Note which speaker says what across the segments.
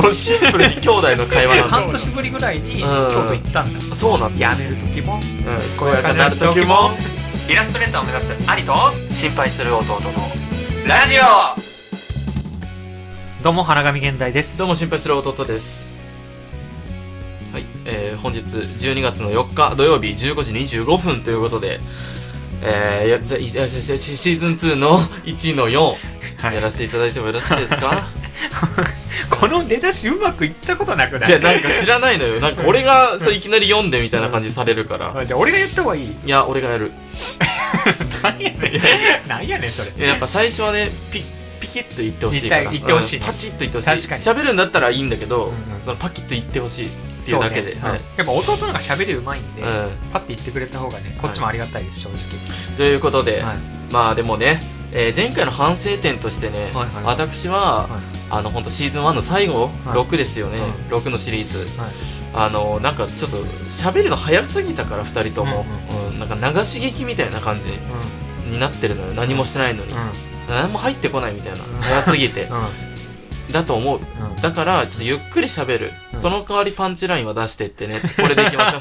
Speaker 1: もうシンプルに兄弟の会話なんだ
Speaker 2: 半年ぶりぐらいに京
Speaker 1: うん
Speaker 2: 都行ったんだ
Speaker 1: そうなんだ
Speaker 2: やめる時
Speaker 1: う
Speaker 2: も
Speaker 1: ん健やかなる時も
Speaker 3: イラストレーターを目指す兄と心配する弟のラジオ
Speaker 2: どうも花神現代です
Speaker 1: どうも心配する弟ですはい、えー、本日12月の4日土曜日15時25分ということでえー、やだいやシシシーズン2の1の4、
Speaker 2: はい
Speaker 1: やらせていただいてもよろしい ですか
Speaker 2: この出だしうまくいったことなくない
Speaker 1: じゃあなんか知らないのよなんか俺がそういきなり読んでみたいな感じされるから
Speaker 2: あ じゃあ俺が言った方がいい
Speaker 1: いや俺がやる
Speaker 2: 何やねん何やねんそれ
Speaker 1: いややっぱ最初はねピピキッと言ってほしいから
Speaker 2: 言いたい言ってほしい
Speaker 1: うんパチッと言ってほしい
Speaker 2: 確かに
Speaker 1: 喋るんだったらいいんだけど、
Speaker 2: うんうん
Speaker 1: そのパキッと言ってほしいっていうだけで
Speaker 2: そうね
Speaker 1: はい
Speaker 2: うんやっぱ弟の方が喋りうまいんで、
Speaker 1: う
Speaker 2: パッて言ってくれた方がねこっちもありがたいです、正
Speaker 1: んということで、
Speaker 2: 直、はい
Speaker 1: まあでもね、えー前回の反省点としてね、
Speaker 2: はいはい
Speaker 1: 私は、
Speaker 2: はい
Speaker 1: あの本当シーズン1の最後、
Speaker 2: はい
Speaker 1: 6ですよね、
Speaker 2: う
Speaker 1: 6のシリーズ
Speaker 2: はい
Speaker 1: あのなんかちょっと喋るの早すぎたから2人とも、
Speaker 2: う
Speaker 1: うんなんか流し劇みたいな感じになってるのよ何もしてないのに、
Speaker 2: う
Speaker 1: 何も入ってこないみたいな
Speaker 2: うん
Speaker 1: 早すぎて
Speaker 2: んうん
Speaker 1: だと思う
Speaker 2: うん
Speaker 1: だからちょっとゆっくり喋る、
Speaker 2: うん
Speaker 1: その代わりパンチラインは出してってねこれでいきましょう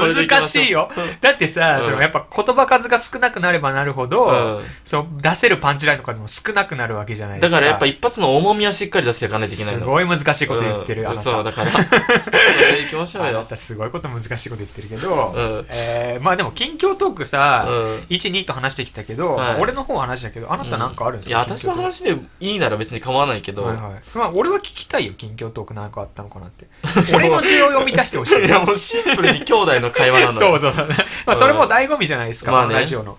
Speaker 1: これでいきまょう
Speaker 2: 難しいよだってさ、
Speaker 1: うん
Speaker 2: そのやっぱ言葉数が少なくなればなるほど、
Speaker 1: うん
Speaker 2: その出せるパンチラインの数も少なくなるわけじゃないで
Speaker 1: だ
Speaker 2: すか
Speaker 1: からやっぱ一発の重みはしっかり出していかないといけない
Speaker 2: す
Speaker 1: の
Speaker 2: ごい難しいこと言ってる、
Speaker 1: うん
Speaker 2: あな
Speaker 1: そう
Speaker 2: た
Speaker 1: だから行きましょう
Speaker 2: あな
Speaker 1: よ
Speaker 2: たすごいこと難しいこと言ってるけど、
Speaker 1: うん
Speaker 2: えーまあでも近況トークさ、
Speaker 1: うん
Speaker 2: 12と話してきたけど、
Speaker 1: はい
Speaker 2: 俺の方は話したけ どあなたなんかあるんで
Speaker 1: い
Speaker 2: す
Speaker 1: や
Speaker 2: か、
Speaker 1: 私
Speaker 2: 近
Speaker 1: の
Speaker 2: 況トーク
Speaker 1: 話でいいなら別に構わないけど、
Speaker 2: はいはいまあ、俺は聞きたいよ近況トークなんかあったのかなって 俺の需要を満たしてほしい
Speaker 1: い、やもうシンプルに兄弟の会話なの
Speaker 2: そうそうそう、まあ、それも醍醐味じゃないですか、
Speaker 1: まあ
Speaker 2: こ
Speaker 1: ね
Speaker 2: のラジオの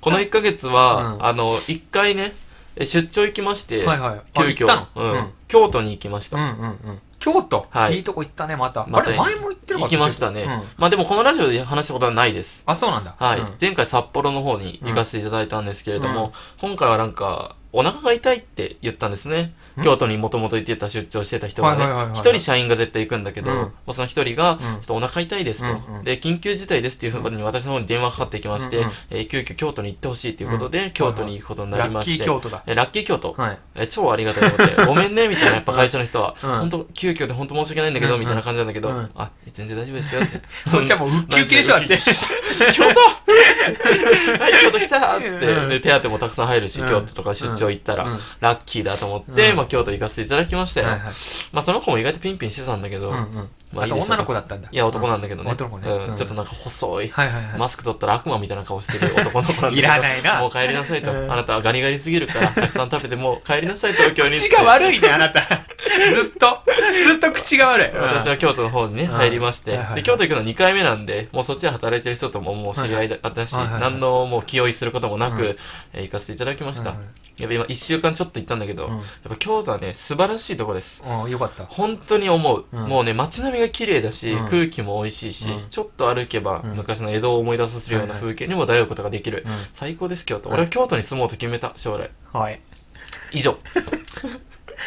Speaker 1: この1ヶ月は、
Speaker 2: うん
Speaker 1: あの1回ねえ出張行きまして、
Speaker 2: はいはいあ
Speaker 1: 急
Speaker 2: 行
Speaker 1: 遽
Speaker 2: ったの
Speaker 1: うん
Speaker 2: うん
Speaker 1: 京都に行きました、
Speaker 2: うんうんうん京都、
Speaker 1: はい
Speaker 2: い、いとこ行ったねまた
Speaker 1: また
Speaker 2: あれ前も行ってるか
Speaker 1: 行きましたね、
Speaker 2: うん
Speaker 1: まあでもこのラジオで話したことはないです
Speaker 2: あそうなんだ
Speaker 1: はい、
Speaker 2: うん
Speaker 1: 前回札幌の方に行かせていただいたんですけれども、
Speaker 2: う
Speaker 1: 今回はなんかお腹が痛いって言ったんですね、
Speaker 2: うん
Speaker 1: 京都にもともと行ってた出張してた人が
Speaker 2: はいはいはい
Speaker 1: ね
Speaker 2: はい
Speaker 1: 一人社員が絶対行くんだけど、
Speaker 2: うん
Speaker 1: まあその一人が
Speaker 2: ん
Speaker 1: ちょっとお腹痛いですと、
Speaker 2: うんうん
Speaker 1: で緊急事態ですっていうふうに私の方に電話かかってきまして、
Speaker 2: うんうん
Speaker 1: えー急遽京都に行ってほしいということで、
Speaker 2: うん
Speaker 1: 京都に行くことになりまして、
Speaker 2: ラッキー京都だ
Speaker 1: えラッキー京都、
Speaker 2: はい
Speaker 1: えー超ありがたいことで、ごめんね、みたいな、やっぱ会社の人は、
Speaker 2: うん
Speaker 1: 本当急遽で本当申し訳ないんだけど、
Speaker 2: うん
Speaker 1: みたいな感じなんだけど、
Speaker 2: うん
Speaker 1: あ、全然大丈夫ですよって。
Speaker 2: こっちは もうウッキウキでしょだって
Speaker 1: マジでウッキウキ京都 はい、京都来たーっつって、
Speaker 2: うん
Speaker 1: で、手当もたくさん入るし、
Speaker 2: うん
Speaker 1: 京都とか出張行ったら、
Speaker 2: うん
Speaker 1: ラッキーだと思って、
Speaker 2: うん
Speaker 1: まあ京都行かせていただきましたよ。
Speaker 2: はいはい
Speaker 1: まあその子も意外とピンピンしてたんだけど、
Speaker 2: うんうん
Speaker 1: まあ
Speaker 2: あ
Speaker 1: いいでし
Speaker 2: そ
Speaker 1: ょ
Speaker 2: う
Speaker 1: う
Speaker 2: 女の子だったんだ
Speaker 1: いや、男なんだけどね。
Speaker 2: 男ね
Speaker 1: うん
Speaker 2: うん
Speaker 1: ちょっとなんか細い。
Speaker 2: はいはいはい
Speaker 1: マスク取ったら悪魔みたいな顔してる男の子なんだけど
Speaker 2: いらないな
Speaker 1: もう帰りなさいと。
Speaker 2: うん
Speaker 1: あなたはガリガリすぎるから、たくさん食べてもう帰りなさい、東京に。
Speaker 2: 口が悪いねあな たずっとずっと口が悪い
Speaker 1: 私は京都の方にね、
Speaker 2: ん
Speaker 1: 入りまして、
Speaker 2: はいはいはい
Speaker 1: で、京都行くの2回目なんで、もうそっちで働いてる人とももう知り合いだったし、
Speaker 2: はいはいはい
Speaker 1: 何のもう気負いすることもなく、
Speaker 2: うん
Speaker 1: えー行かせていただきました。
Speaker 2: はいは
Speaker 1: やっぱ今1週間ちょっと行ったんだけど、
Speaker 2: うん
Speaker 1: やっぱ京都はね、素晴らしいとこです。
Speaker 2: うんうんよかった
Speaker 1: 本当に思う、
Speaker 2: うん
Speaker 1: もうね街並みが綺麗だし、
Speaker 2: うん
Speaker 1: 空気も美味しいし、
Speaker 2: うん
Speaker 1: ちょっと歩けば、
Speaker 2: うん
Speaker 1: 昔の江戸を思い出させるような風景にも出会うことができる、
Speaker 2: うん
Speaker 1: 最高です京都、
Speaker 2: うん
Speaker 1: 俺は京都に住もうと決めた将来
Speaker 2: はい
Speaker 1: 以上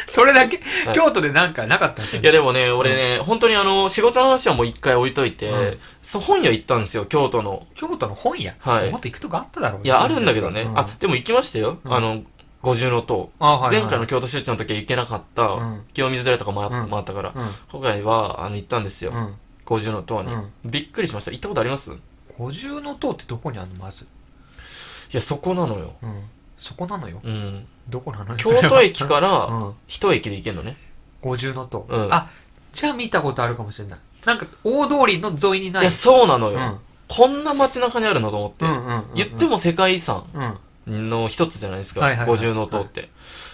Speaker 2: それだけ
Speaker 1: はい
Speaker 2: 京都でなんかなかったんです よ
Speaker 1: いやでもね俺ね、本当にあの仕事の話はもう一回置いといて、
Speaker 2: うん
Speaker 1: そ本屋行ったんですよ京都の
Speaker 2: 京都の本屋
Speaker 1: はい
Speaker 2: もっと行くとこあっただろう
Speaker 1: いやあるんだけどね、
Speaker 2: う
Speaker 1: あでも行きましたよ、
Speaker 2: うん
Speaker 1: あの五重の塔
Speaker 2: あはいはい
Speaker 1: 前回の京都出張の時は行けなかった、
Speaker 2: うん
Speaker 1: 清水寺とかもあ
Speaker 2: うん
Speaker 1: 回ったから、
Speaker 2: うん
Speaker 1: 今回はあの行ったんですよ、
Speaker 2: うん
Speaker 1: 五重の塔に、
Speaker 2: うん
Speaker 1: びっくりしました行ったことありますい
Speaker 2: 五重の塔ってどこにあるのまず
Speaker 1: やそこなのよ
Speaker 2: うんそこなのよ
Speaker 1: うん
Speaker 2: どこなのよ
Speaker 1: 京都駅か
Speaker 2: う
Speaker 1: ら
Speaker 2: ん
Speaker 1: 一駅で行けるのね。
Speaker 2: 五重の塔、
Speaker 1: うん
Speaker 2: あじゃあ見たことあるかもしれないなんか大通りの沿いにない
Speaker 1: いや、そうなの
Speaker 2: う
Speaker 1: よ。
Speaker 2: ん
Speaker 1: こんな街中にあるのと思って。
Speaker 2: うんうんうん
Speaker 1: 言っても世界遺産
Speaker 2: うん
Speaker 1: の一つじゃないです
Speaker 2: はいはい
Speaker 1: か。五
Speaker 2: はい
Speaker 1: 重の塔って。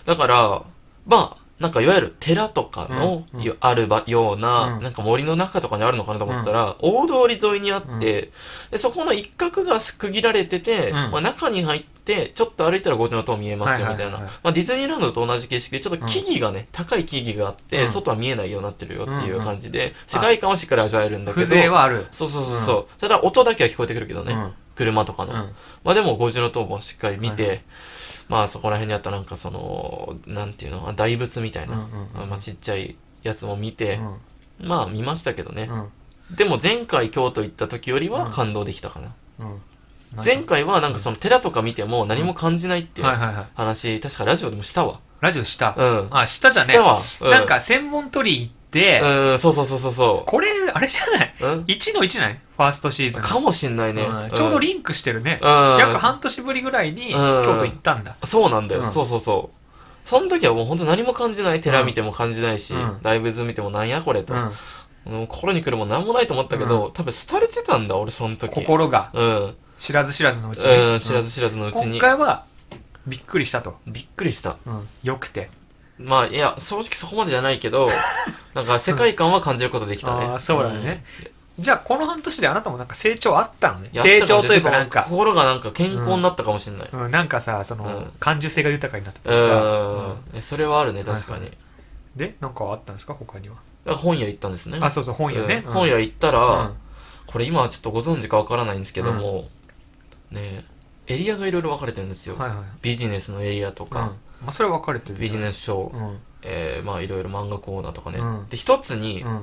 Speaker 1: だから、まあ、なんかいわゆる寺とかの、
Speaker 2: うんうん
Speaker 1: いわあるばような、
Speaker 2: うん
Speaker 1: なんか森の中とかにあるのかなと思ったら、大通り沿いにあって、でそこの一角が区切られてて、
Speaker 2: うん
Speaker 1: まあ、中に入って、ちょっと歩いたら五重の塔見えますよ
Speaker 2: はい
Speaker 1: み
Speaker 2: は
Speaker 1: た
Speaker 2: いはいい
Speaker 1: な。
Speaker 2: はい
Speaker 1: まあ、ディズニーランドと同じ景色で、ちょっと木々がね、高い木々があって、
Speaker 2: うん
Speaker 1: 外は見えないようになってるよっていう感じで、世
Speaker 2: うん
Speaker 1: 界観はしっかり味わえるんだけど、
Speaker 2: 風情はある
Speaker 1: そうそうそうそう、ただ音だけは聞こえてくるけどね、
Speaker 2: うん
Speaker 1: 車とかの、
Speaker 2: うん
Speaker 1: まあでも五重の塔もしっかり見て、
Speaker 2: はいは
Speaker 1: まあそこら辺にあったなんかそのなんていうの大仏みたいな、
Speaker 2: うんうんうん
Speaker 1: まあ、ちっちゃいやつも見て
Speaker 2: う、ん
Speaker 1: まあ見ましたけどね
Speaker 2: う、ん
Speaker 1: でも前回京都行った時よりは感動できたかな、
Speaker 2: うん
Speaker 1: 前回はなんかその寺とか見ても何も感じないっていう
Speaker 2: はいはいはい
Speaker 1: 話確かラジオでもしたわ
Speaker 2: ラジオした。
Speaker 1: うん
Speaker 2: あ、しただね。
Speaker 1: したわうん
Speaker 2: なんか、専門取り行って、
Speaker 1: うん、そうそうそうそうそ
Speaker 2: これ、あれじゃない
Speaker 1: うん
Speaker 2: ?1 の1ないファーストシーズ
Speaker 1: う。
Speaker 2: ン。
Speaker 1: かもしんないね
Speaker 2: うん。ちょうどリンクしてるね。
Speaker 1: うん
Speaker 2: 約半年ぶりぐらい
Speaker 1: ん
Speaker 2: に、京都行ったんだ。
Speaker 1: そうなんだよ、
Speaker 2: うん
Speaker 1: そうそうそう。その時はもう本当何も感じない。寺見ても感じないし、
Speaker 2: うん
Speaker 1: ライブ図見てもなんやこれと。
Speaker 2: うん
Speaker 1: うん、心に来るもんなんもないと思ったけど、多分廃れてたんだ、俺その時。
Speaker 2: 心が、
Speaker 1: うん。
Speaker 2: 知らず知らずのうちに。
Speaker 1: うん、知らず知らずのうち
Speaker 2: 今
Speaker 1: に。
Speaker 2: 回は、びっくりしたと。
Speaker 1: びっくりした。
Speaker 2: よくて。
Speaker 1: まあ、いや、正直そこまでじゃないけ ど、なんか世界観は感じることできたね。
Speaker 2: ああ、そうだね。じゃあ、この半年であなたもなんか成長あったのね。
Speaker 1: やった
Speaker 2: 成
Speaker 1: も
Speaker 2: 長というかなん
Speaker 1: ちょっ
Speaker 2: か
Speaker 1: と、心がなんか健康になったかもしれない。
Speaker 2: うん、なんかさ、その、
Speaker 1: うん
Speaker 2: 感受性が豊かになったと
Speaker 1: う
Speaker 2: いうか、
Speaker 1: ん
Speaker 2: うん。
Speaker 1: えそれはあるね、確か
Speaker 2: はい
Speaker 1: に。
Speaker 2: で、なんかあったんですか他には。
Speaker 1: 本屋行ったんですね。
Speaker 2: あ、そうそう、本屋ね。
Speaker 1: うん本
Speaker 2: 屋。
Speaker 1: 屋行ったら、
Speaker 2: うん
Speaker 1: これ今はちょっとご存知かわからないんですけども、ねエリアがいろいろ分かれてるんですよ。
Speaker 2: はいはい。うん
Speaker 1: ビジネスのエリアとか
Speaker 2: ま、あ、それは分かれてる。
Speaker 1: ビジネスショー、
Speaker 2: うん。
Speaker 1: えーまあいろいろ漫画コーナーとかね。
Speaker 2: うん
Speaker 1: で、一つに、
Speaker 2: うん。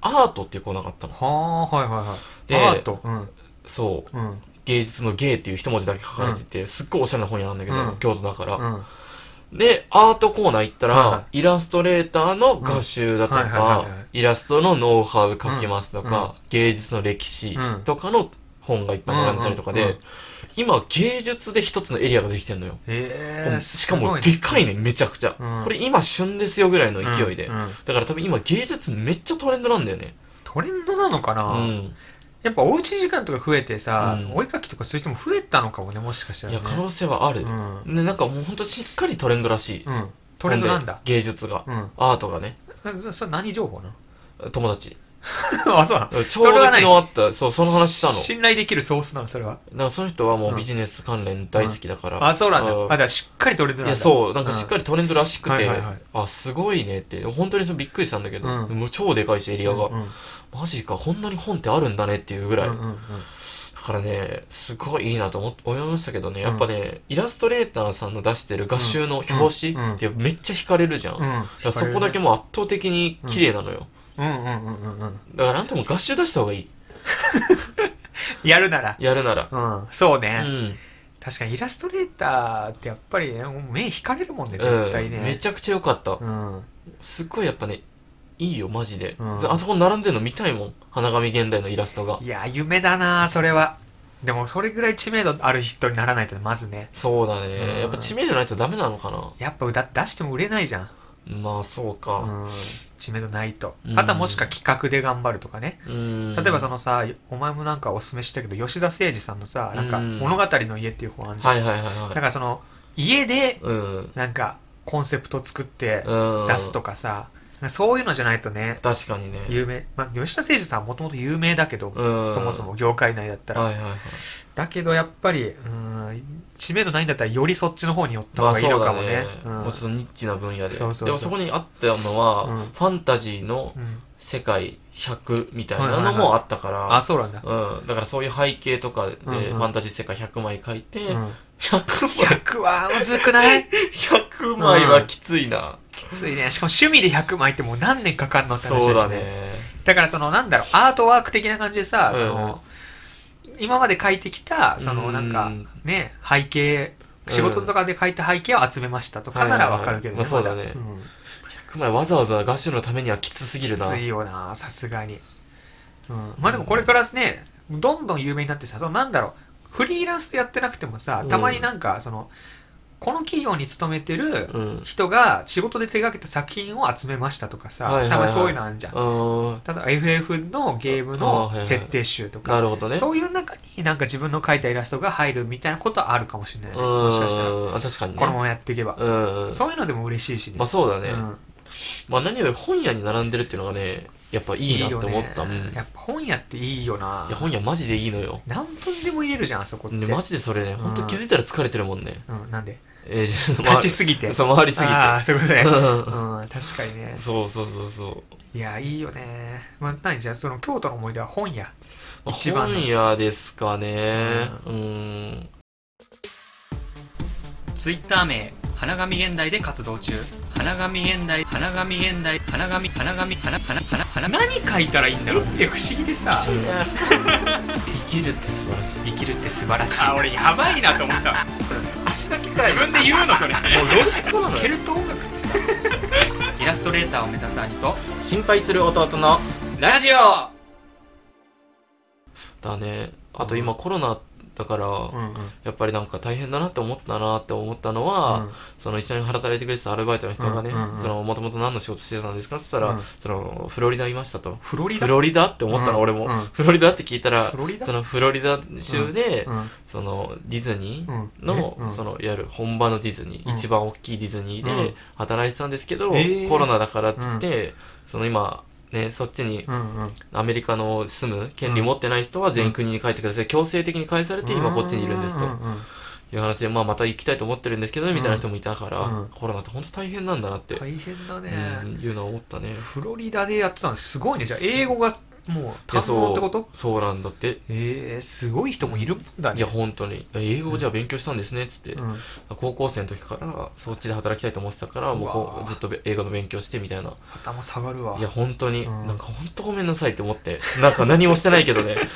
Speaker 1: アートっていうコーナーがあったの。
Speaker 2: はあ、はいはい
Speaker 1: で
Speaker 2: はい。アート。うん。
Speaker 1: そう。
Speaker 2: うん。
Speaker 1: 芸術の芸っていう一文字だけ書かれてて、すっごいおしゃれな本屋なんだけど、
Speaker 2: うん
Speaker 1: 京都だから、
Speaker 2: うん。
Speaker 1: で、アートコーナー行ったら、
Speaker 2: はいは
Speaker 1: イラストレーターの画集だとか、
Speaker 2: うんはいはいはいはい
Speaker 1: イラストのノウハウ書きますとか、
Speaker 2: うん
Speaker 1: 芸術の歴史とかの本がいっぱい並んでたりとかで、
Speaker 2: うんうんうん
Speaker 1: 今、芸術で一つのエリアができてんのよ。
Speaker 2: ええ。
Speaker 1: しかも、
Speaker 2: すご
Speaker 1: でかいね、めちゃくちゃ、
Speaker 2: うん
Speaker 1: これ今旬ですよぐらいの
Speaker 2: いね
Speaker 1: 勢いで。
Speaker 2: うんうん
Speaker 1: だから多分今芸術めっちゃトレンドなんだよね。
Speaker 2: トレンドなのか
Speaker 1: う。
Speaker 2: なんやっぱおうち時間とか増えてさ
Speaker 1: う、ん
Speaker 2: お絵かきとかする人も増えたのかもね、もしかしたら
Speaker 1: い
Speaker 2: ね。
Speaker 1: や、可能性はある。
Speaker 2: うん。
Speaker 1: ね、なんかもうほんとしっかりトレンドらしい。
Speaker 2: うん。トレンドなんだ
Speaker 1: ほ。で芸術が。
Speaker 2: うん。
Speaker 1: アートがね、
Speaker 2: なそれ何情報な
Speaker 1: 友達。
Speaker 2: あ、 そうなの
Speaker 1: ちょうど昨日
Speaker 2: そ
Speaker 1: あった、そう、その話したの。
Speaker 2: 信頼できるソースなの、それは。
Speaker 1: だからその人はもううんビジネス関連大好きだから。
Speaker 2: あ、そうなん
Speaker 1: うん
Speaker 2: だ。あ、じゃあしっかりトレンド
Speaker 1: い
Speaker 2: なんだ。
Speaker 1: や、そう、なんかしっかりトレンドらしく
Speaker 2: は
Speaker 1: て
Speaker 2: いはいはい、
Speaker 1: あ、すごいねって、本当にそうびっくりしたんだけど、
Speaker 2: うん
Speaker 1: もう超でかいし、エリアが
Speaker 2: う。んうん
Speaker 1: マジか、こんなに本ってあるんだねっていうぐらい。
Speaker 2: うんうんう
Speaker 1: だ
Speaker 2: ん
Speaker 1: からね、すごいいいなと思思いましたけどね、やっぱね、イラストレーターさんの出してる画集の表
Speaker 2: うんう
Speaker 1: 紙
Speaker 2: ん
Speaker 1: ってめっちゃ惹かれるじゃん。だ
Speaker 2: う
Speaker 1: か
Speaker 2: ん。
Speaker 1: らそこだけもう圧倒的に綺麗なのよ。
Speaker 2: うんうんうんうんうん。
Speaker 1: だからあんたも画集出した方がいい。
Speaker 2: やるなら。
Speaker 1: やるなら。
Speaker 2: うん。そう
Speaker 1: う
Speaker 2: ね。
Speaker 1: ん。
Speaker 2: 確かにイラストレーターってやっぱりね、もう目惹かれるもん
Speaker 1: う
Speaker 2: ね、
Speaker 1: ん
Speaker 2: 絶対ね。
Speaker 1: めちゃくちゃ良かった。
Speaker 2: うん。
Speaker 1: すっごいやっぱね、いいよ、マジで。
Speaker 2: うん
Speaker 1: あそこ並んでるの見たいもん。花紙現代のイラストが。
Speaker 2: いや、夢だなそれは。でも、それぐらい知名度ある人にならないとね、まずね。
Speaker 1: そうだね、
Speaker 2: うん
Speaker 1: やっぱ知名度ないとダメなのかな。
Speaker 2: やっぱ歌出しても売れないじゃん。
Speaker 1: まあ、そう
Speaker 2: う
Speaker 1: か。
Speaker 2: ん。知名度ないと
Speaker 1: う。ん
Speaker 2: あとはもしくは企画で頑張るとかね。
Speaker 1: うん。
Speaker 2: 例えばそ
Speaker 1: の、
Speaker 2: のさ、お前もなんかおすすめしたけど、吉田誠二さんのさ、なんか
Speaker 1: うん
Speaker 2: 物語の家っていう本あるじゃん。
Speaker 1: はいはいはい
Speaker 2: だ
Speaker 1: は
Speaker 2: か
Speaker 1: い。
Speaker 2: らその、家で、
Speaker 1: うん。
Speaker 2: なんか、コンセプト作って
Speaker 1: うん。
Speaker 2: 出すとかさ、そういうのじゃないとね、
Speaker 1: 確かにね。
Speaker 2: 有名、まあ、吉田誠二さんはもともと有名だけど、
Speaker 1: うん。
Speaker 2: そもそ。も業界内だったら、
Speaker 1: はいはいはい。
Speaker 2: だけどやっぱりうーん知名度ないんだったらよりそっちの方に寄った
Speaker 1: まあ
Speaker 2: 方がいい
Speaker 1: そ
Speaker 2: の
Speaker 1: う
Speaker 2: か
Speaker 1: だ
Speaker 2: も
Speaker 1: ね
Speaker 2: ね。。うん
Speaker 1: もうちょっとニッチな分野で。
Speaker 2: そうそうそう
Speaker 1: でもそこにあったのは、
Speaker 2: うん
Speaker 1: ファンタジーの
Speaker 2: うん
Speaker 1: 世界100みたいなのもあったから。
Speaker 2: あそうなんだ、
Speaker 1: うん、だからそういう背景とかで、
Speaker 2: うんうん
Speaker 1: ファンタジー世界100枚書いて、
Speaker 2: うん、
Speaker 1: 100枚、
Speaker 2: 100はむずくない
Speaker 1: 100枚はきついな。
Speaker 2: きついねしかも趣味で100枚ってもう何年かかんのって話だし
Speaker 1: そう
Speaker 2: ね
Speaker 1: だね。
Speaker 2: だからそのなんだろうアートワーク的な感じでさ、
Speaker 1: うん
Speaker 2: その今まで書いてきたそのなんか
Speaker 1: うん
Speaker 2: ね背景仕事とかで書いた背景を集めましたとかならわかるけどね、
Speaker 1: はいはいはいまあそうだね
Speaker 2: ん
Speaker 1: 100枚わざわざ合唱のためにはきつすぎる
Speaker 2: き
Speaker 1: な。
Speaker 2: ついよなさすがに、うん、まあでもこれからねどんどん有名になってさそのなんだろうフリーランスでやってなくてもさ
Speaker 1: うん
Speaker 2: たまになんかその、この企業に勤めてる
Speaker 1: うん。
Speaker 2: 人が仕事で手掛けた作品を集めましたとかさ、
Speaker 1: はいはいはい
Speaker 2: たまにそういうのあるじゃん、
Speaker 1: あ
Speaker 2: ただ FF のゲーム
Speaker 1: あ
Speaker 2: の
Speaker 1: はいはい
Speaker 2: 設定集と
Speaker 1: ーな
Speaker 2: か、
Speaker 1: るほどね。
Speaker 2: そういう中になんか自分の描いたイラストが入るみたいなことはあるかもしれないねもしかしたらこ
Speaker 1: うん。あ確かにね。
Speaker 2: のままやっていけば、
Speaker 1: うん。
Speaker 2: そういうのでも嬉しいしね,、
Speaker 1: まあそうだね。
Speaker 2: うん
Speaker 1: まあ何より本屋に並んでるっていうのがね、やっぱいいなって思った。
Speaker 2: いいよ
Speaker 1: うん
Speaker 2: ね、やっぱ本屋っていいよない
Speaker 1: や、本屋マジでいいのよ。
Speaker 2: 何分でも入れるじゃんあそこって、
Speaker 1: でマジでそれね、ほんと気づいたら疲れてるもんね。
Speaker 2: うん、なんで
Speaker 1: えー、 ちょっと
Speaker 2: 立ちすぎて
Speaker 1: そう、回りすぎて。
Speaker 2: ああそういうことねう
Speaker 1: うん
Speaker 2: 確かにね
Speaker 1: そうそうそうそう。
Speaker 2: いやいいよねまあ何じゃあその京都の思い出は本屋
Speaker 1: まあ
Speaker 2: 一番の
Speaker 1: 本屋ですかね。うん。
Speaker 3: ツイッター名花紙現代で活動中
Speaker 4: 花紙現代花紙現代花紙花紙花花花花
Speaker 2: 何書いたらいいんだろうって不思議でさ
Speaker 1: 生きるって素晴らしい
Speaker 2: 生きるって素晴らしい
Speaker 3: あ俺やばいなと思った
Speaker 1: 足だけか
Speaker 3: 自分で言うのそれ
Speaker 2: もうどういうことなのケルト音楽って さ
Speaker 4: イラストレーターを目指す兄と
Speaker 1: 心配する弟の
Speaker 4: ラジオ
Speaker 1: だねあと今コロナだから、
Speaker 2: んうん
Speaker 1: やっぱりなんか大変だなって思ったなって思ったのは、その一緒に働いてくれてたアルバイトの人がね、
Speaker 2: うんうんうん
Speaker 1: そのもともと何の仕事してたんですかって言ったら、
Speaker 2: うん
Speaker 1: そのフロリダいましたと
Speaker 2: フロリ
Speaker 1: フ
Speaker 2: ダ
Speaker 1: ロリダって思ったの、
Speaker 2: うん
Speaker 1: 俺も、
Speaker 2: うん
Speaker 1: フロリダって聞いたら
Speaker 2: フロリダ
Speaker 1: そのフロリダ州で、
Speaker 2: うん
Speaker 1: そのディズニー
Speaker 2: うん
Speaker 1: の、
Speaker 2: うん
Speaker 1: そのいわゆる本場のディズニー、
Speaker 2: うん
Speaker 1: 一番大きいディズニー
Speaker 2: う
Speaker 1: で
Speaker 2: ん
Speaker 1: 働いてたんですけど、
Speaker 2: えー
Speaker 1: コロナだからって言って、その今ねそっちに
Speaker 2: うんうん
Speaker 1: アメリカの住む権利持ってない人は全国に帰ってください、強制的に返されて今こっちにいるんですと
Speaker 2: ううん
Speaker 1: いう話で、まあ、また行きたいと思ってるんですけどみたいな人もいたから、
Speaker 2: うん
Speaker 1: コロナって本当大変なんだなって、
Speaker 2: 大変だね
Speaker 1: うん、いうのは思ったね
Speaker 2: フロリダでやってたのすごいねじゃあ英語がもう堪能ってこと
Speaker 1: そうなんだって
Speaker 2: えー、すごい人もいるもんだね
Speaker 1: いや本当に英語をじゃあ勉強したんですねっつって、
Speaker 2: うん
Speaker 1: 高校生の時からそっちで働きたいと思ってたからもう
Speaker 2: う
Speaker 1: こ
Speaker 2: わー
Speaker 1: うずっとべ英語の勉強してみたいな
Speaker 2: 頭下がるわ
Speaker 1: いや本当に、
Speaker 2: うん
Speaker 1: なんか本当ごめんなさいって思ってなんか何もしてないけど ね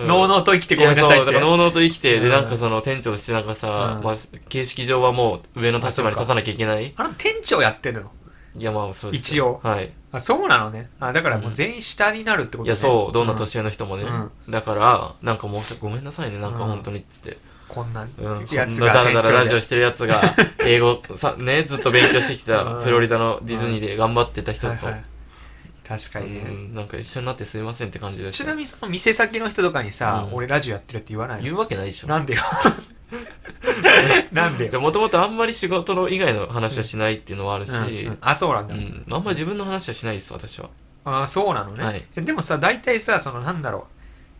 Speaker 1: うん
Speaker 2: ノーノーと生きてごめんなさい
Speaker 1: やそう
Speaker 2: っ
Speaker 1: だか
Speaker 2: て
Speaker 1: らのうのうと生きて、
Speaker 2: うん
Speaker 1: でなんかその店長としてなんかさ、
Speaker 2: うん
Speaker 1: まあ、形式上はもう上の立場に立たなきゃいけない
Speaker 2: あの店長やってるの
Speaker 1: いやまあそうです
Speaker 2: 一応
Speaker 1: はい
Speaker 2: あそうなのねあだからもう全員下になるってことね、
Speaker 1: いやそうどんな年上の人もね、
Speaker 2: うん
Speaker 1: だからなんか申し訳ごめんなさいねなんか本当にっつって、
Speaker 2: こんな
Speaker 1: うん、こんな
Speaker 2: やつが
Speaker 1: ダラダララジオ
Speaker 2: し
Speaker 1: してるやつ が英語さねずっと勉強してき
Speaker 2: う
Speaker 1: た
Speaker 2: ん
Speaker 1: フロリダのディズニーで頑張ってた人
Speaker 2: はい
Speaker 1: と、
Speaker 2: はい、確かにね、
Speaker 1: うん、なんか一緒になってすいませんって感じで
Speaker 2: ちなみにその店先の人とかにさ、
Speaker 1: うん
Speaker 2: 俺ラジオやってるって言わない
Speaker 1: 言
Speaker 2: の
Speaker 1: うわけないでしょ
Speaker 2: なん でよなんでよ、
Speaker 1: もともとあんまり仕事の以外の話はしないっていうのはあるし、
Speaker 2: う
Speaker 1: うん
Speaker 2: んうんあそうなんだ、
Speaker 1: あんまり自分の話はしないです私は
Speaker 2: あそうなのね、
Speaker 1: はい
Speaker 2: でもさ大体さそのなんだろ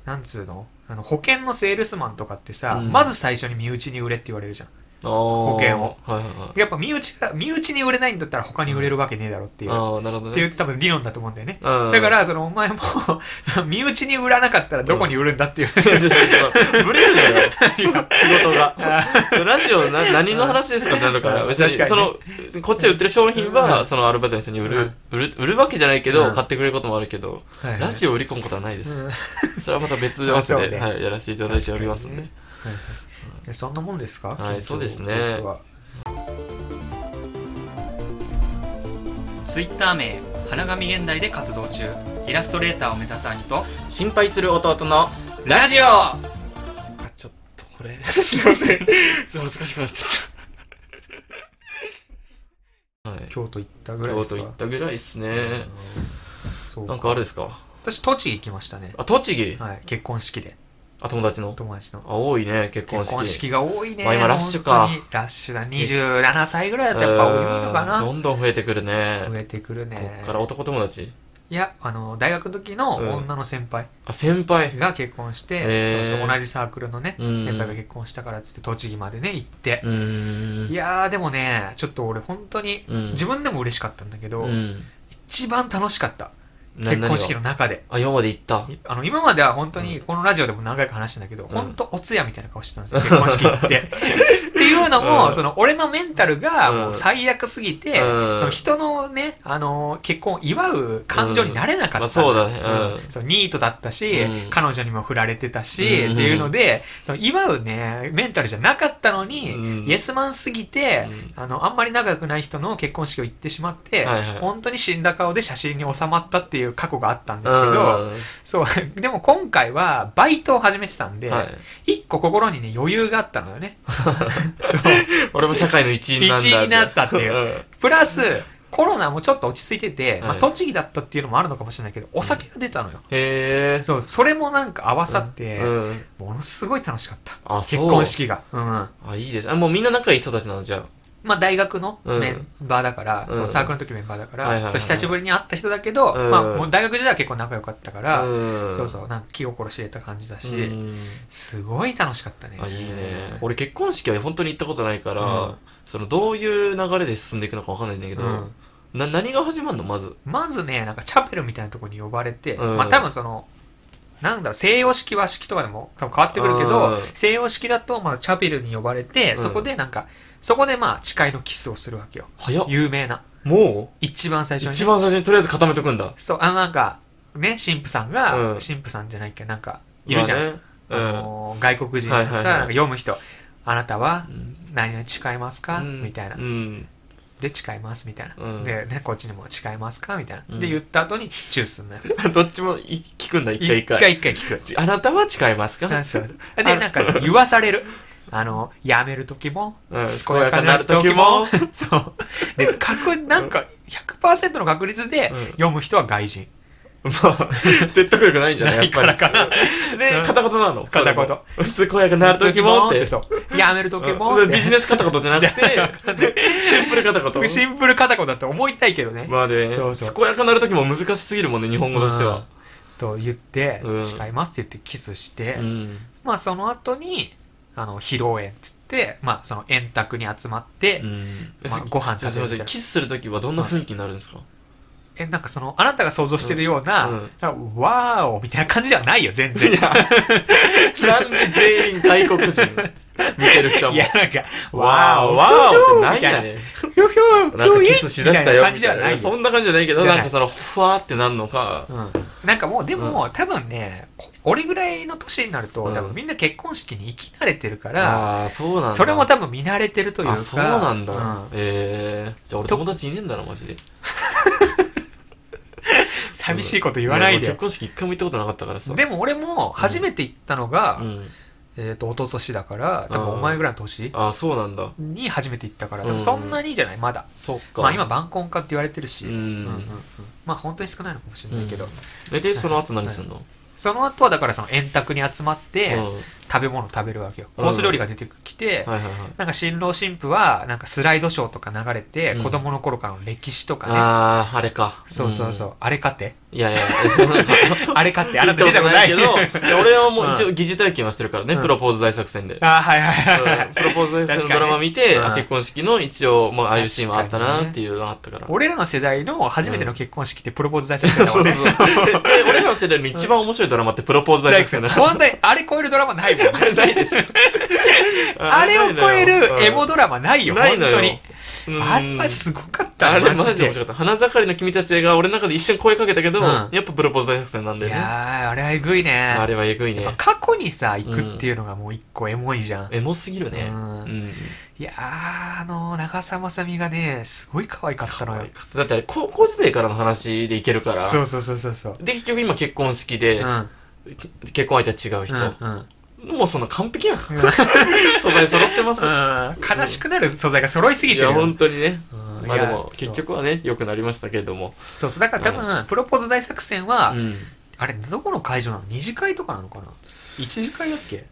Speaker 2: うなんつうのあの保険のセールスマンとかってさ、
Speaker 1: うん
Speaker 2: まず最初に身内に売れって言われるじゃん
Speaker 1: 保
Speaker 2: 険を
Speaker 1: はいはいはい
Speaker 2: やっぱ身内が身内に売れないんだったら他に売れるわけねえだろっていう、っ
Speaker 1: ああなるほど
Speaker 2: ていう
Speaker 1: ね
Speaker 2: 多分理論だと思うんだよね、
Speaker 1: うん
Speaker 2: だからそのお前も 身内に売らなかったらどこに売るんだっていう、
Speaker 1: ブレるだよ仕事がラジオな何の話ですかってなるから
Speaker 2: うん
Speaker 1: 別に
Speaker 2: 確か
Speaker 1: そ
Speaker 2: に
Speaker 1: のこっちで売ってる商品はそのアルバイトの人に売る売る売るわけじゃないけ
Speaker 2: う
Speaker 1: ど
Speaker 2: ん
Speaker 1: 買ってくれることもあるけど
Speaker 2: はいはい
Speaker 1: ラジオを売り込むことはないです
Speaker 2: うん
Speaker 1: それはまた別枠
Speaker 2: まあそうね
Speaker 1: ではいやらせていただいておりますんで
Speaker 2: はいはいえそんなもんですか
Speaker 1: はい
Speaker 2: 近況
Speaker 1: そうですね
Speaker 2: 報告は
Speaker 4: ツイッター名花紙現代で活動中イラストレーターを目指す兄と
Speaker 1: 心配する弟の
Speaker 4: ラジオ
Speaker 1: ちょっとこ れすいませんちょっと恥ずかしくなっちゃったはい
Speaker 2: 京都行ったぐらいで
Speaker 1: 京
Speaker 2: す
Speaker 1: 都
Speaker 2: か
Speaker 1: 行ったぐらいっすね
Speaker 2: そう
Speaker 1: なんかあるですか
Speaker 2: 私栃木行きましたね
Speaker 1: あ栃木
Speaker 2: はい結婚式で
Speaker 1: あ友達の
Speaker 2: 友達の
Speaker 1: あ多いね結婚
Speaker 2: 結
Speaker 1: 式
Speaker 2: 婚式が多いね、
Speaker 1: まあ今ラッシュか
Speaker 2: 本当にラッシュだ27歳ぐらいだとやっぱ多いのか
Speaker 1: うん
Speaker 2: な
Speaker 1: どんどん増えてくるね
Speaker 2: 増えてくる
Speaker 1: こ
Speaker 2: ね
Speaker 1: っから男友達
Speaker 2: いやあの大学の時の
Speaker 1: うん
Speaker 2: 女の先輩
Speaker 1: あ先輩
Speaker 2: が結婚して、
Speaker 1: へー
Speaker 2: そうそう同じサークルのね、
Speaker 1: うん
Speaker 2: 先輩が結婚したからっつって栃木までね行って
Speaker 1: う、ーん
Speaker 2: いやーでもねちょっと俺本当に
Speaker 1: うん
Speaker 2: 自分でも嬉しかったんだけど、
Speaker 1: うん
Speaker 2: 一番楽しかった
Speaker 1: な
Speaker 2: 結婚式
Speaker 1: 何
Speaker 2: の中で
Speaker 1: があ今まで行った
Speaker 2: あの今までは本当にこのラジオでも何回か話したんだけど、本当お通夜みたいな顔してたんですよ結婚式行って っていうのも、
Speaker 1: うん
Speaker 2: その俺のメンタルがもう最悪すぎて、
Speaker 1: うん
Speaker 2: その人のね、あのー結婚を祝う感情になれなかったん、
Speaker 1: うんまあそうだねうん
Speaker 2: そうニートだったし、
Speaker 1: うん
Speaker 2: 彼女にも振られてたし、
Speaker 1: うん
Speaker 2: っていうのでその祝うねメンタルじゃなかったのに、
Speaker 1: うん
Speaker 2: イエスマンすぎて、あのあんまり仲良くない人の結婚式を行ってしまって、
Speaker 1: はいはい
Speaker 2: 本当に死んだ顔で写真に収まったっていう過去があったんで
Speaker 1: う
Speaker 2: すけど、
Speaker 1: ん
Speaker 2: そう。 でも今回は、バイトを始めてたんで、
Speaker 1: はい
Speaker 2: 一個心にね、余裕があったのよね。
Speaker 1: 俺も社会の一員なんだ
Speaker 2: 一員になったっていう
Speaker 1: うん
Speaker 2: プラス、コロナもちょっと落ち着いてて、まあ、
Speaker 1: はい
Speaker 2: 栃木だったっていうのもあるのかもしれないけど、お酒が出たのよ。
Speaker 1: へえ
Speaker 2: そう、それもなんか合わさって、
Speaker 1: うん
Speaker 2: ものすごい楽しかった。
Speaker 1: あそ
Speaker 2: 結
Speaker 1: う
Speaker 2: 婚式が。うん。
Speaker 1: あいいですあもうみんな仲いい人たちなのじゃ
Speaker 2: まあ、大学の
Speaker 1: うん
Speaker 2: メンバーだから、
Speaker 1: うん
Speaker 2: そうサークルの時メンバーだから、
Speaker 1: はいはいはい
Speaker 2: そう久しぶりに会った人だけど、
Speaker 1: うん
Speaker 2: まあ、もう大学時代は結構仲良かったから、
Speaker 1: あうん
Speaker 2: そうそう、なんか気心知れた感じだし、
Speaker 1: うん
Speaker 2: すごい楽しかったね。
Speaker 1: あいいね俺結婚式は本当に行ったことないか
Speaker 2: うん
Speaker 1: らそのどういう流れで進んでいくのかわかんないんだけど
Speaker 2: うん
Speaker 1: な何が始まるのまず
Speaker 2: まずね、なんかチャペルみたいなところに呼ばれて、
Speaker 1: うん
Speaker 2: まあ多分その、なんだろう西洋式和式とかでも多分変わってくるけど、
Speaker 1: うん
Speaker 2: 西洋式だと、まあ、チャペルに呼ばれて、
Speaker 1: ん
Speaker 2: そこでなんか、そこでまあ、誓いのキスをするわけよ。
Speaker 1: 早っ。
Speaker 2: 有名な。
Speaker 1: も
Speaker 2: 一番最
Speaker 1: う
Speaker 2: 初にね、
Speaker 1: 一番最初にとりあえず固めとくんだ。
Speaker 2: そう、あのなんか、ね、神父さんが、
Speaker 1: うん
Speaker 2: 神父さんじゃないっけど、なんか、いるじゃん。
Speaker 1: まあ
Speaker 2: あ
Speaker 1: ね
Speaker 2: のー外国人がさ、
Speaker 1: はいはいはい
Speaker 2: なんか読む人、あなたは
Speaker 1: うん。うん
Speaker 2: 何々誓いますか、みたいな
Speaker 1: う。ん。
Speaker 2: で、誓います、みたいな。
Speaker 1: うん
Speaker 2: で、ね、こっちにも誓いますかみたいな。
Speaker 1: うん
Speaker 2: で、言った後に、チューすんのよ。
Speaker 1: どっちもい聞くんだ、一回一回。
Speaker 2: 一回一回聞く。
Speaker 1: ちあなたは誓いますか
Speaker 2: あそうで、なんか、言わされる。あの、やめる時も、
Speaker 1: うん
Speaker 2: 健やかになる時も、 そう。で、確、なんか、100%の確率で
Speaker 1: うん、
Speaker 2: 読む人は外人。
Speaker 1: まあ、説得力ないんじゃない
Speaker 2: ないからかな
Speaker 1: うんで
Speaker 2: う、ん
Speaker 1: 片言なの
Speaker 2: 片言。
Speaker 1: それも健やかになる時もって。
Speaker 2: そう。やめる時も
Speaker 1: うんそ
Speaker 2: っ
Speaker 1: れビジ
Speaker 2: て。
Speaker 1: ネス片言じゃ なくて、シンプル片
Speaker 2: シ
Speaker 1: 言。
Speaker 2: ンプル片言だって思いたいけどね。
Speaker 1: まあね、
Speaker 2: そうそう
Speaker 1: 健やかになる時も難しすぎるもんね、日本語としては。
Speaker 2: と言って
Speaker 1: う、ん
Speaker 2: 誓いますって言ってキスして、
Speaker 1: うん。
Speaker 2: まあその後に、あの、披露宴って言って、まあその円卓に集まって、
Speaker 1: うん
Speaker 2: まあご飯食べるみたいな
Speaker 1: すみません、キスする時はどんな雰囲気になるんですか
Speaker 2: え、なんかその、あなたが想像してるような、
Speaker 1: うん
Speaker 2: なんかわーおみたいな感じじゃないよ、全然。いや、
Speaker 1: なんで全員外国人見てる人も。
Speaker 2: なんか、
Speaker 1: わーお、わーおって何やねん。
Speaker 2: ーおひょひょ
Speaker 1: なんかキスしだしたよ
Speaker 2: みたいな感
Speaker 1: み
Speaker 2: じじ
Speaker 1: た
Speaker 2: ゃ
Speaker 1: い
Speaker 2: ない
Speaker 1: な。
Speaker 2: よ
Speaker 1: そんな感じじゃないけど、
Speaker 2: じゃな
Speaker 1: ないんかその、ふわーってなんのか。
Speaker 2: うんなんかもうでも、多分ねこ俺ぐらいの年になると、
Speaker 1: うん
Speaker 2: 多分みんな結婚式に行き慣れてるから
Speaker 1: ああ、そうなんだ。
Speaker 2: それも多分見慣れてるというか
Speaker 1: あ、そうなんだ。
Speaker 2: うん
Speaker 1: ええじゃあ俺友達いねえんだな、マジで。
Speaker 2: 寂しいこと言わない
Speaker 1: や俺
Speaker 2: で
Speaker 1: 結、婚式一回も行ったことなかったからさ。
Speaker 2: でも俺も初めて行ったのが、
Speaker 1: うん。
Speaker 2: えっ、と一昨年だから多分
Speaker 1: うん
Speaker 2: お前ぐらいの年
Speaker 1: ああ、そうなんだ。
Speaker 2: に初めて行ったから
Speaker 1: うん
Speaker 2: 多分そんなにじゃないまだ、
Speaker 1: そっか。
Speaker 2: まあ今晩婚化って言われてるし、
Speaker 1: う
Speaker 2: うんうんうん
Speaker 1: ん。
Speaker 2: まあ本当に少ないのかもしれないけど、
Speaker 1: うんえ、で、その後何すんの
Speaker 2: その後はだからその円卓に集まって
Speaker 1: うん
Speaker 2: 食べ物食べるわけよ、
Speaker 1: うん
Speaker 2: コース料理が出てきて、
Speaker 1: はいはいはい。
Speaker 2: なんか新郎新婦はなんかスライドショーとか流れて、
Speaker 1: うん
Speaker 2: 子供の頃からの歴史とかね、
Speaker 1: ああ、あれか。
Speaker 2: そうそうそう、あれかって
Speaker 1: うん。いやいや、えそうなんか。
Speaker 2: あれかってあなた出たことない
Speaker 1: け
Speaker 2: け
Speaker 1: ど、
Speaker 2: ど
Speaker 1: いや俺はもう一
Speaker 2: う
Speaker 1: 応疑似体験はしてるからね、
Speaker 2: うん
Speaker 1: プロポーズ大作戦で。うん
Speaker 2: あーはいはいはい、はい
Speaker 1: プロポーズ大作戦のドラマ見て、
Speaker 2: 確かにねうん
Speaker 1: あ結婚式の一応、まあ、ああいうシーンはあった
Speaker 2: 確か
Speaker 1: な
Speaker 2: に
Speaker 1: っ
Speaker 2: ね
Speaker 1: ていうのがあったから。
Speaker 2: 俺らの世代の初めての結婚式ってプロポーズ大作戦だ
Speaker 1: そ
Speaker 2: も
Speaker 1: うんそ
Speaker 2: ね、
Speaker 1: うそう。で俺らの世代の一番面白いドラマってプロポーズ大
Speaker 2: 大
Speaker 1: 作戦だ
Speaker 2: 作戦
Speaker 1: から。
Speaker 2: 本当にあれ超えるドラマ ないもん
Speaker 1: ないです。
Speaker 2: あれを超えるエモドラマないよ、
Speaker 1: ない
Speaker 2: 本
Speaker 1: のよ
Speaker 2: 当に。
Speaker 1: うん
Speaker 2: あれはすごかった
Speaker 1: あ
Speaker 2: ね
Speaker 1: れマジで面白かった。花盛りの君たちが俺の中で一瞬声かけたけど、
Speaker 2: うん
Speaker 1: やっぱプロポーズ大作戦なんだ
Speaker 2: い
Speaker 1: よね。
Speaker 2: やー、あれはえぐいね。
Speaker 1: あれはえぐいね
Speaker 2: やっ。ぱ過去にさ、行くっていうのがもう一個エモいじゃん。
Speaker 1: エモすぎるね。
Speaker 2: うん
Speaker 1: うん
Speaker 2: いやー、あの、長澤まさみがね、すごい可愛かったのよ。
Speaker 1: だってあれ高校時代からの話でいけるから。
Speaker 2: そうそうそうそうそう。
Speaker 1: で、結局今結婚式で、
Speaker 2: うん
Speaker 1: 結婚相手は違う人。
Speaker 2: うんうん
Speaker 1: もうその完璧やん。 素材揃ってます。
Speaker 2: 悲しくなる素材が揃いすぎ
Speaker 1: い
Speaker 2: てる
Speaker 1: や、
Speaker 2: よ
Speaker 1: 本当にね。
Speaker 2: うん
Speaker 1: まあ
Speaker 2: い
Speaker 1: で
Speaker 2: や
Speaker 1: も、
Speaker 2: そう
Speaker 1: 結局はね、良くなりましたけれども。
Speaker 2: そうそうだから多分プロポーズ大作
Speaker 1: う
Speaker 2: 戦は
Speaker 1: ん
Speaker 2: あれどこの会場なの二次会とかなのかな一次会だっけ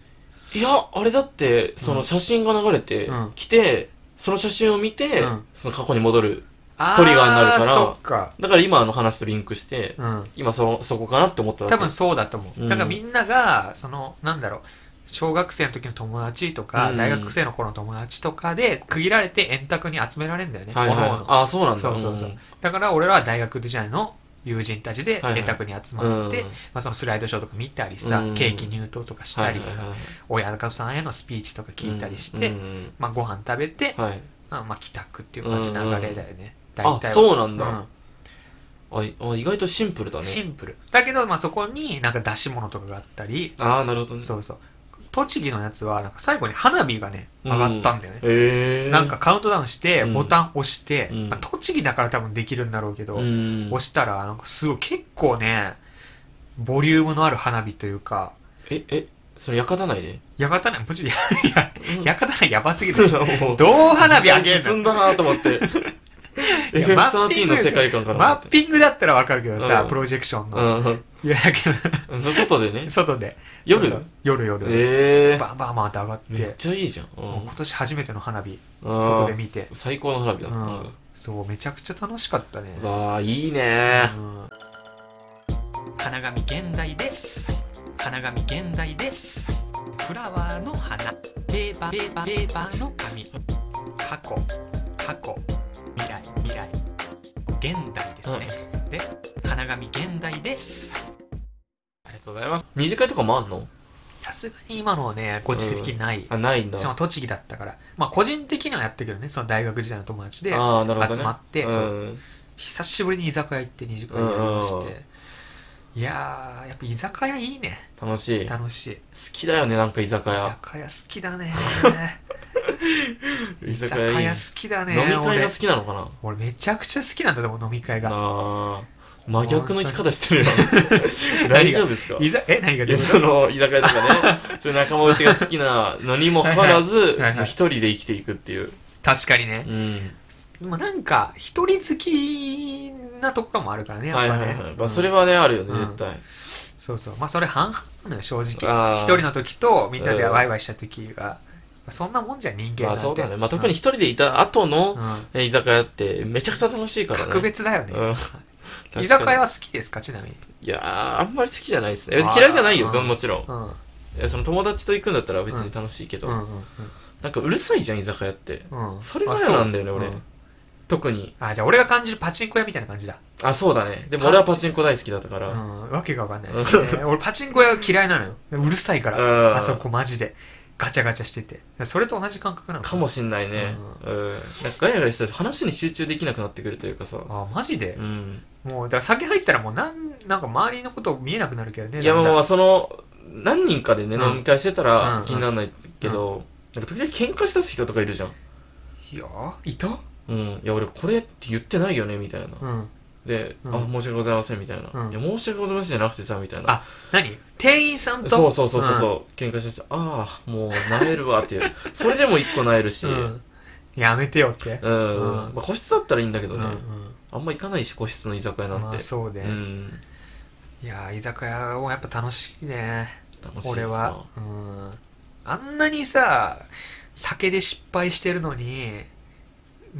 Speaker 1: いや、あれだって、その写真が流れて
Speaker 2: うん
Speaker 1: きて、その写真を見て
Speaker 2: うん、
Speaker 1: その過去に戻る。
Speaker 2: あ
Speaker 1: トリガーになるから
Speaker 2: そっか
Speaker 1: だから今の話とリンクして、
Speaker 2: うん
Speaker 1: 今そ、そこかなって思っただけ
Speaker 2: 多分そうだと思
Speaker 1: うん
Speaker 2: うだからみんながそのなんだろう小学生の時の友達とか、
Speaker 1: うん
Speaker 2: 大学生の頃の友達とかで区切られて円卓に集められるんだよね、
Speaker 1: はいはい
Speaker 2: 各々
Speaker 1: ああ、そうなんだ。
Speaker 2: そうそうそう、
Speaker 1: ん
Speaker 2: だから俺らは大学時代の友人たちで
Speaker 1: はいはい
Speaker 2: 円卓に集まって、
Speaker 1: うん
Speaker 2: まあ、そのスライドショーとか見たりさ、
Speaker 1: うん
Speaker 2: ケーキ入刀とかしたりさ、
Speaker 1: はいはいはい
Speaker 2: 親方さんへのスピーチとか聞いたりして、
Speaker 1: うんうん
Speaker 2: まあ、ご飯食べて、
Speaker 1: はい。
Speaker 2: まあ、まあ帰宅っていう感じの流れだよね、
Speaker 1: あ
Speaker 2: 大、体は
Speaker 1: そうなんだ。
Speaker 2: うん
Speaker 1: ああ意外とシンプルだね。
Speaker 2: シンプルだけど、まあ、そこになんか出し物とかがあったり
Speaker 1: ああ、なるほどね。
Speaker 2: そうそう栃木のやつはなんか最後に花火がね上がったんだよね、
Speaker 1: へえ。
Speaker 2: なんか、カウントダウンして
Speaker 1: うん
Speaker 2: ボタン押して、
Speaker 1: うん
Speaker 2: まあ栃木だから多分できるんだろうけど、
Speaker 1: うん。
Speaker 2: 押したらなんかすごい結構ねボリュームのある花火というか
Speaker 1: え、え、それ館内 で
Speaker 2: 館内もちろんいやいや館内やばすぎるでしょ
Speaker 1: もう
Speaker 2: どう花火上げ
Speaker 1: 時代
Speaker 2: る
Speaker 1: 進んだなと思って。
Speaker 2: いやマッ
Speaker 1: FF13
Speaker 2: ピン
Speaker 1: の
Speaker 2: グ
Speaker 1: 世界観か
Speaker 2: マ
Speaker 1: なと
Speaker 2: ッピングだったらわかるけどさ、
Speaker 1: うん
Speaker 2: プロジェクションの、
Speaker 1: 思って。
Speaker 2: いやだけ
Speaker 1: うん。そ外 でね
Speaker 2: ど。外で
Speaker 1: 夜
Speaker 2: そうそう夜夜、
Speaker 1: ええ。
Speaker 2: バンバンバンって上がっ
Speaker 1: めってちゃいいじゃん。うん
Speaker 2: もう今年初めての花火
Speaker 1: あ
Speaker 2: そこで
Speaker 1: ー
Speaker 2: 見て、
Speaker 1: 最高の花火だ。
Speaker 2: う
Speaker 1: うんん
Speaker 2: そうめちゃくちゃ楽しかったね、
Speaker 1: わあ、いいうね。
Speaker 2: ん、
Speaker 4: 花紙現代です花紙現代ですフラワーの花ペーパーペーパーペーパーの紙過去過去未来未来現代ですね、で花紙現代ですありがとうございます
Speaker 1: とうございます。二次会とかもあんの
Speaker 2: さすがに今のはね、ご時世的にない。
Speaker 1: あ、ないんだ
Speaker 2: し。かも栃木だったから。まあ個人的にはやってくるね。その大学時代の友達で、
Speaker 1: ああ、なるほど、ね。
Speaker 2: 集まって
Speaker 1: う
Speaker 2: そ
Speaker 1: ん。
Speaker 2: 久しぶりに居酒屋行って二次会やりまして。いやー、やっぱ居酒屋いいね。
Speaker 1: 楽しい。好
Speaker 2: 楽しい。
Speaker 1: きだよね、なんか居酒
Speaker 2: 居
Speaker 1: 屋。
Speaker 2: 酒屋好きだね。
Speaker 1: 居
Speaker 2: 居酒屋好きだね。
Speaker 1: 飲み会が
Speaker 2: 俺
Speaker 1: 好きなのかな
Speaker 2: 俺めちゃくちゃ好きなんだと思う、飲み会が。
Speaker 1: あー真逆の生き方して るよ。大丈夫ですか
Speaker 2: いざ、え、何が
Speaker 1: い
Speaker 2: ど
Speaker 1: や
Speaker 2: ういうこと
Speaker 1: その居酒屋とか ね、そういう仲間内が好きなのにもかかわらず
Speaker 2: いはい、
Speaker 1: もう一人で生きていくっていう。
Speaker 2: 確かにね
Speaker 1: う。ん。
Speaker 2: まあなんか、一人好きなところもあるからね、や
Speaker 1: は
Speaker 2: っ
Speaker 1: いは
Speaker 2: ぱ
Speaker 1: いは
Speaker 2: ね。
Speaker 1: い。ま
Speaker 2: う
Speaker 1: あ
Speaker 2: ん
Speaker 1: それはね、あるよね、
Speaker 2: うん
Speaker 1: 絶対。
Speaker 2: そうそう。まあそれ半々なのよ、正
Speaker 1: あー
Speaker 2: 直。一人の時とみんなでワイワイした時が、まあそんなもんじゃん人間
Speaker 1: ま
Speaker 2: なん
Speaker 1: あ
Speaker 2: て。
Speaker 1: そうだね。まあ特に一人でいた後
Speaker 2: う
Speaker 1: の
Speaker 2: ん
Speaker 1: え居酒屋ってめちゃくちゃ楽しいからね。
Speaker 2: 格別だよね。
Speaker 1: うん確かに
Speaker 2: 居酒屋は好きですか、ちなみに。
Speaker 1: いやー、あんまり好きじゃないですね。別に嫌いじゃないよ、
Speaker 2: あー
Speaker 1: もちろん。
Speaker 2: うん。
Speaker 1: いやその友達と行くんだったら別に楽しいけど、
Speaker 2: うんうん
Speaker 1: なんかうるさいじゃん、居酒屋って。
Speaker 2: うん。うん。
Speaker 1: それが嫌なんだよね、
Speaker 2: あそう
Speaker 1: 俺
Speaker 2: うん。
Speaker 1: 特に。
Speaker 2: あ、じゃあ俺が感じるパチンコ屋みたいな感じだ。
Speaker 1: あ、そうだね。でも
Speaker 2: パチ
Speaker 1: 俺はパチンコ大好きだったか
Speaker 2: う
Speaker 1: ら。
Speaker 2: ん。わけがわかんない。
Speaker 1: うん
Speaker 2: えー俺パチンコ屋嫌いなのよ。うるさいか
Speaker 1: う
Speaker 2: ら。
Speaker 1: ん
Speaker 2: あそこマジで。ガチャガチャしてて。それと同じ感覚なの
Speaker 1: かもしんないね。うん。なんかガヤガヤしてると話に集中できなくなってくるというかさ。
Speaker 2: あ、マジで
Speaker 1: う、ん。
Speaker 2: もう、だから酒入ったらもうなん、なんか周りのこと見えなくなるけどね。
Speaker 1: いや、まあ
Speaker 2: だん
Speaker 1: ま
Speaker 2: だん
Speaker 1: あ、その、何人かでね、
Speaker 2: うん
Speaker 1: 飲み会してた
Speaker 2: う
Speaker 1: ら
Speaker 2: ん
Speaker 1: 気にならないけど、なんか時々喧嘩し出す人とかいるじゃん。
Speaker 2: いや、いた
Speaker 1: うん。いや、俺これって言ってないよね、みたいな。
Speaker 2: うん。
Speaker 1: で、
Speaker 2: うん
Speaker 1: あ、申し訳ございません、みたいな。
Speaker 2: うん
Speaker 1: いや、申し訳ございませんじゃなくてさ、みたいな。
Speaker 2: あ何店員さんと
Speaker 1: そうそうそうそうそう、喧嘩してさああもうなえるわっていうそれでも一個なえるし、
Speaker 2: う
Speaker 1: うんん
Speaker 2: やめてよって。
Speaker 1: まあ、個室だったらいいんだけど
Speaker 2: うん
Speaker 1: ね、
Speaker 2: うん
Speaker 1: あんま行かないし個室の居酒屋なんて、
Speaker 2: まあそうね。
Speaker 1: うん
Speaker 2: いやー居酒屋もやっぱ楽しいね。
Speaker 1: 楽しい
Speaker 2: 俺
Speaker 1: です
Speaker 2: は
Speaker 1: な。
Speaker 2: うん。あんなにさ、酒で失敗してるのに、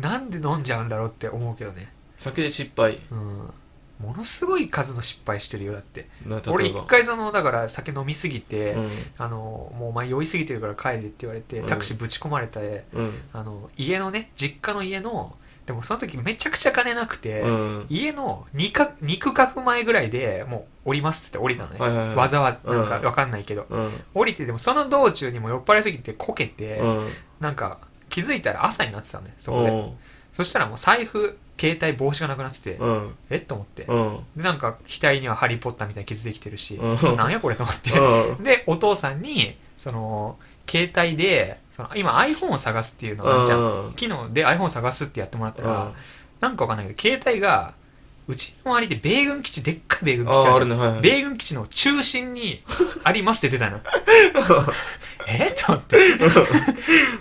Speaker 2: なんで飲んじゃうんだろうって思うけどね。
Speaker 1: 酒で失敗
Speaker 2: うん。ものすごい数の失敗してるよ、だって。
Speaker 1: な例えば
Speaker 2: 俺一回その、だから酒飲みすぎて、
Speaker 1: うん
Speaker 2: あの、もうお前酔いすぎてるから帰れって言われて、タクシーぶち込まれて、
Speaker 1: うん
Speaker 2: あの家のね実家の家のでもその時めちゃくちゃ金なくて、
Speaker 1: うん
Speaker 2: 家の2か2区画前ぐらいでもう降りますっつって降りたのね、
Speaker 1: はいはいはい
Speaker 2: わざわざなんか
Speaker 1: うん
Speaker 2: わかんないけど、
Speaker 1: うん
Speaker 2: 降りてでもその道中にも酔っ払いすぎてこけて、
Speaker 1: うん
Speaker 2: なんか気づいたら朝になってたのねそこで、
Speaker 1: うん
Speaker 2: そしたらもう財布携帯帽子がなくなってて、
Speaker 1: うん
Speaker 2: えっと思って、
Speaker 1: うん
Speaker 2: でなんか額には「ハリー・ポッター」みたいな傷できてるし、
Speaker 1: うん
Speaker 2: なんやこれと思って、
Speaker 1: うん
Speaker 2: でお父さんにその携帯でその今 iPhone を探すっていうのがあるじゃん、
Speaker 1: うん
Speaker 2: 機能で iPhone を探すってやってもらったら、
Speaker 1: うん
Speaker 2: なんかわかんないけど携帯がうちの周りで米軍基地でっかい米軍基地
Speaker 1: あ
Speaker 2: あ
Speaker 1: あ
Speaker 2: る
Speaker 1: るね
Speaker 2: じゃん
Speaker 1: はいはい
Speaker 2: 米軍基地の中心にありますって出 たのえと思って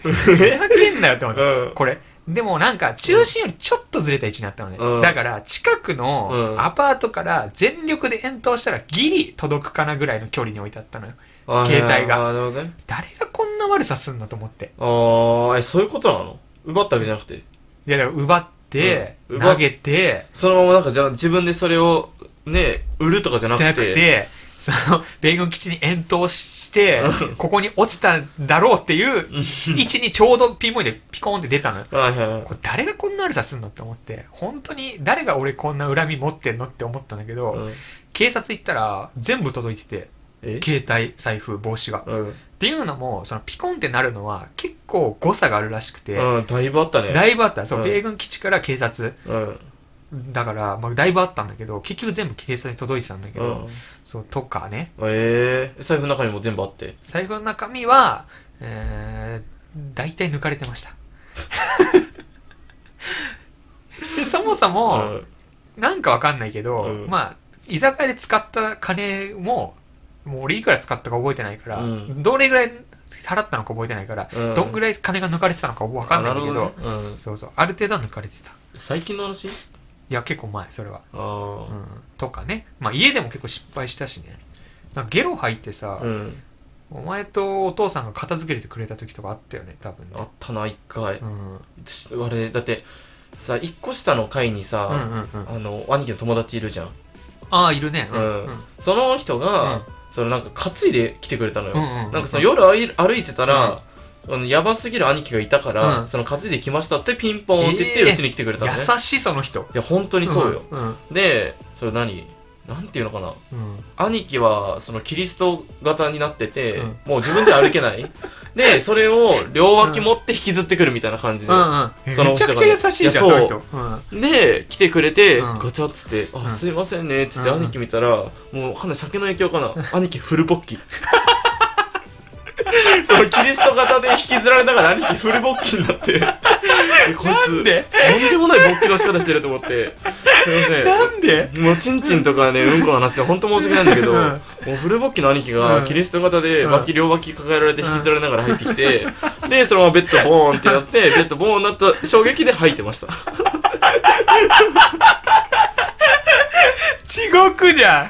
Speaker 2: ふざけんなよと思って、
Speaker 1: うん
Speaker 2: これでもなんか中心よりちょっとずれた位置になったのね、
Speaker 1: うん
Speaker 2: だから近く
Speaker 1: う
Speaker 2: の
Speaker 1: ん
Speaker 2: アパートから全力で遠投したらギリ届くかなぐらいの距離に置いてあったのよ
Speaker 1: あ
Speaker 2: 携帯が
Speaker 1: あなるほどね
Speaker 2: 誰がこんな悪さすんのと思って
Speaker 1: ああえそういうことなの奪ったわけじゃなくて
Speaker 2: いやだから奪って、
Speaker 1: うん奪っ
Speaker 2: 投げて
Speaker 1: そのままなんかじゃあ自分でそれをね売るとかじゃなく
Speaker 2: じ
Speaker 1: て
Speaker 2: ゃなくて、その、米軍基地に遠投して、ここに落ちたんだろうっていう位置にちょうどピンボインでピコーンって出たのよ。
Speaker 1: はいはいはい
Speaker 2: これ誰がこんな悪さすんのって思って、本当に誰が俺こんな恨み持ってんのって思ったんだけど、
Speaker 1: うん
Speaker 2: 警察行ったら全部届いてて、
Speaker 1: え
Speaker 2: 携帯、財布、帽子が。っ
Speaker 1: うん
Speaker 2: ていうのも、そのピコンってなるのは結構誤差があるらしくて、
Speaker 1: うん、だいぶあったね。
Speaker 2: だいぶあった。そう、
Speaker 1: うん
Speaker 2: 米軍基地から警察。
Speaker 1: うん。
Speaker 2: だから、まあ、だいぶあったんだけど、結局全部警察に届いてたんだけ
Speaker 1: う
Speaker 2: ど、
Speaker 1: ん。
Speaker 2: そう、とかね、
Speaker 1: ええ財布の中にも全部あって。
Speaker 2: 財布の中身は、えー、大体抜かれてました でそもそうも、
Speaker 1: ん。
Speaker 2: なんかわかんないけど、
Speaker 1: うん
Speaker 2: まあ居酒屋で使った金ももう俺いくら使ったか覚えてないから、
Speaker 1: うん
Speaker 2: どれぐらい払ったのか覚えてないから、
Speaker 1: うん
Speaker 2: どんぐらい金が抜かれてたのかわかんないんだけど
Speaker 1: あるほどねうん。
Speaker 2: そうそうある程度は抜かれてたい
Speaker 1: 最近の話
Speaker 2: や結構前それは、
Speaker 1: あ
Speaker 2: うん、とかねまあ家でも結構失敗したしねなんかゲロ吐いてさ
Speaker 1: あ。、うん。
Speaker 2: お前とお父さんが片付けてくれた時とかあったよね多分ね
Speaker 1: あったな、一回
Speaker 2: う。ん
Speaker 1: しあれ、だって、さ、一個下の階に
Speaker 2: うんうん
Speaker 1: さ、
Speaker 2: うん
Speaker 1: あの、兄貴の友達いるじゃん。
Speaker 2: ああいるねう
Speaker 1: うん
Speaker 2: うんんうん。
Speaker 1: その人
Speaker 2: うん
Speaker 1: が、そのなんか担いで来てくれたのよ。
Speaker 2: うんうんうん
Speaker 1: なんかその夜あい歩いてたら、あのやばすぎる兄貴がいたか
Speaker 2: う
Speaker 1: ら、
Speaker 2: ん
Speaker 1: その担いで来ましたってピンポンって言っ
Speaker 2: え
Speaker 1: て
Speaker 2: え
Speaker 1: うちに来てくれたのね。
Speaker 2: 優しいその人
Speaker 1: いや、本当にそうよ。
Speaker 2: うんうん
Speaker 1: で、それ何なんていうのかな
Speaker 2: うん
Speaker 1: 兄貴はそのキリスト型になってて、
Speaker 2: うん
Speaker 1: もう自分で歩けない でそれを両脇持って引きずってくるみたいな感じで、
Speaker 2: うん
Speaker 1: その
Speaker 2: めちゃくちゃ優しいじゃん
Speaker 1: い
Speaker 2: そ
Speaker 1: や
Speaker 2: の
Speaker 1: そう
Speaker 2: 人うん
Speaker 1: で来てくれて、
Speaker 2: うん
Speaker 1: ガチャっつって「あ、
Speaker 2: うん
Speaker 1: すいませんね」っつって
Speaker 2: うん
Speaker 1: 兄貴見たら、もうかなり酒の影響 かな兄貴フルボッキ そのキリスト型で引きずられながら兄貴フルボッキにな ってえこいつなんでとんでもない勃起の仕方してると思ってすいません
Speaker 2: なんで
Speaker 1: もうチンチンとかねうんこの話で本当申し訳ないんだけど、
Speaker 2: うん
Speaker 1: もうフルボッキの兄貴が
Speaker 2: うん
Speaker 1: キリスト型で
Speaker 2: うん
Speaker 1: 脇、両脇抱えられて引きずられながら入ってきて、でそのままベッドボーンってな ってベッドボーンになった衝撃で吐いてました
Speaker 2: 地獄じゃん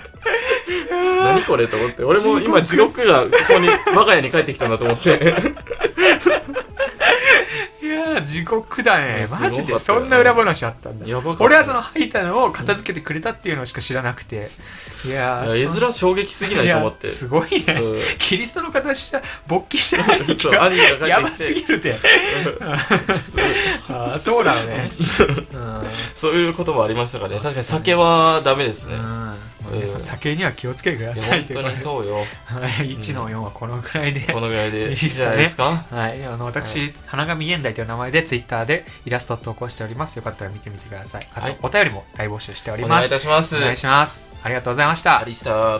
Speaker 1: 何これと思って俺も今地獄がここに我が家に帰ってきたんだと思って
Speaker 2: いやー地獄だね
Speaker 1: すごか
Speaker 2: マ
Speaker 1: ったよ
Speaker 2: ジでそんな裏話あったんだ
Speaker 1: やばかった
Speaker 2: 俺はその吐いたのを片付けてくれたっていうのしか知らなくていやー
Speaker 1: いや絵
Speaker 2: そん
Speaker 1: 面衝撃すぎないと思って
Speaker 2: やすごいね、
Speaker 1: うん
Speaker 2: キリストの形した勃起してない兄貴
Speaker 1: そう
Speaker 2: が
Speaker 1: 兄貴が帰ってきて
Speaker 2: やばすぎる て
Speaker 1: そう
Speaker 2: あーそうだよねうん
Speaker 1: そういうこともありましたからね確かに酒はダメですね、いや
Speaker 2: うん皆さん酒には気をつけてください
Speaker 1: 本
Speaker 2: と
Speaker 1: 当
Speaker 2: いう
Speaker 1: に
Speaker 2: ことで
Speaker 1: そう よ
Speaker 2: はい1の4はこのくらいで
Speaker 1: このぐらいで
Speaker 2: い
Speaker 1: い
Speaker 2: い
Speaker 1: い
Speaker 2: っす
Speaker 1: じゃ
Speaker 2: かね
Speaker 1: ないですか
Speaker 2: はい、あの私、花神現代という名前でツイッターでイラストを投稿しております。よかったら見てみてください。あと、
Speaker 1: はい
Speaker 2: お便りも大募集しており
Speaker 1: お
Speaker 2: ま
Speaker 1: 願いい
Speaker 2: す。
Speaker 1: たします
Speaker 2: お願いします。ありがとうございました
Speaker 1: あ。りした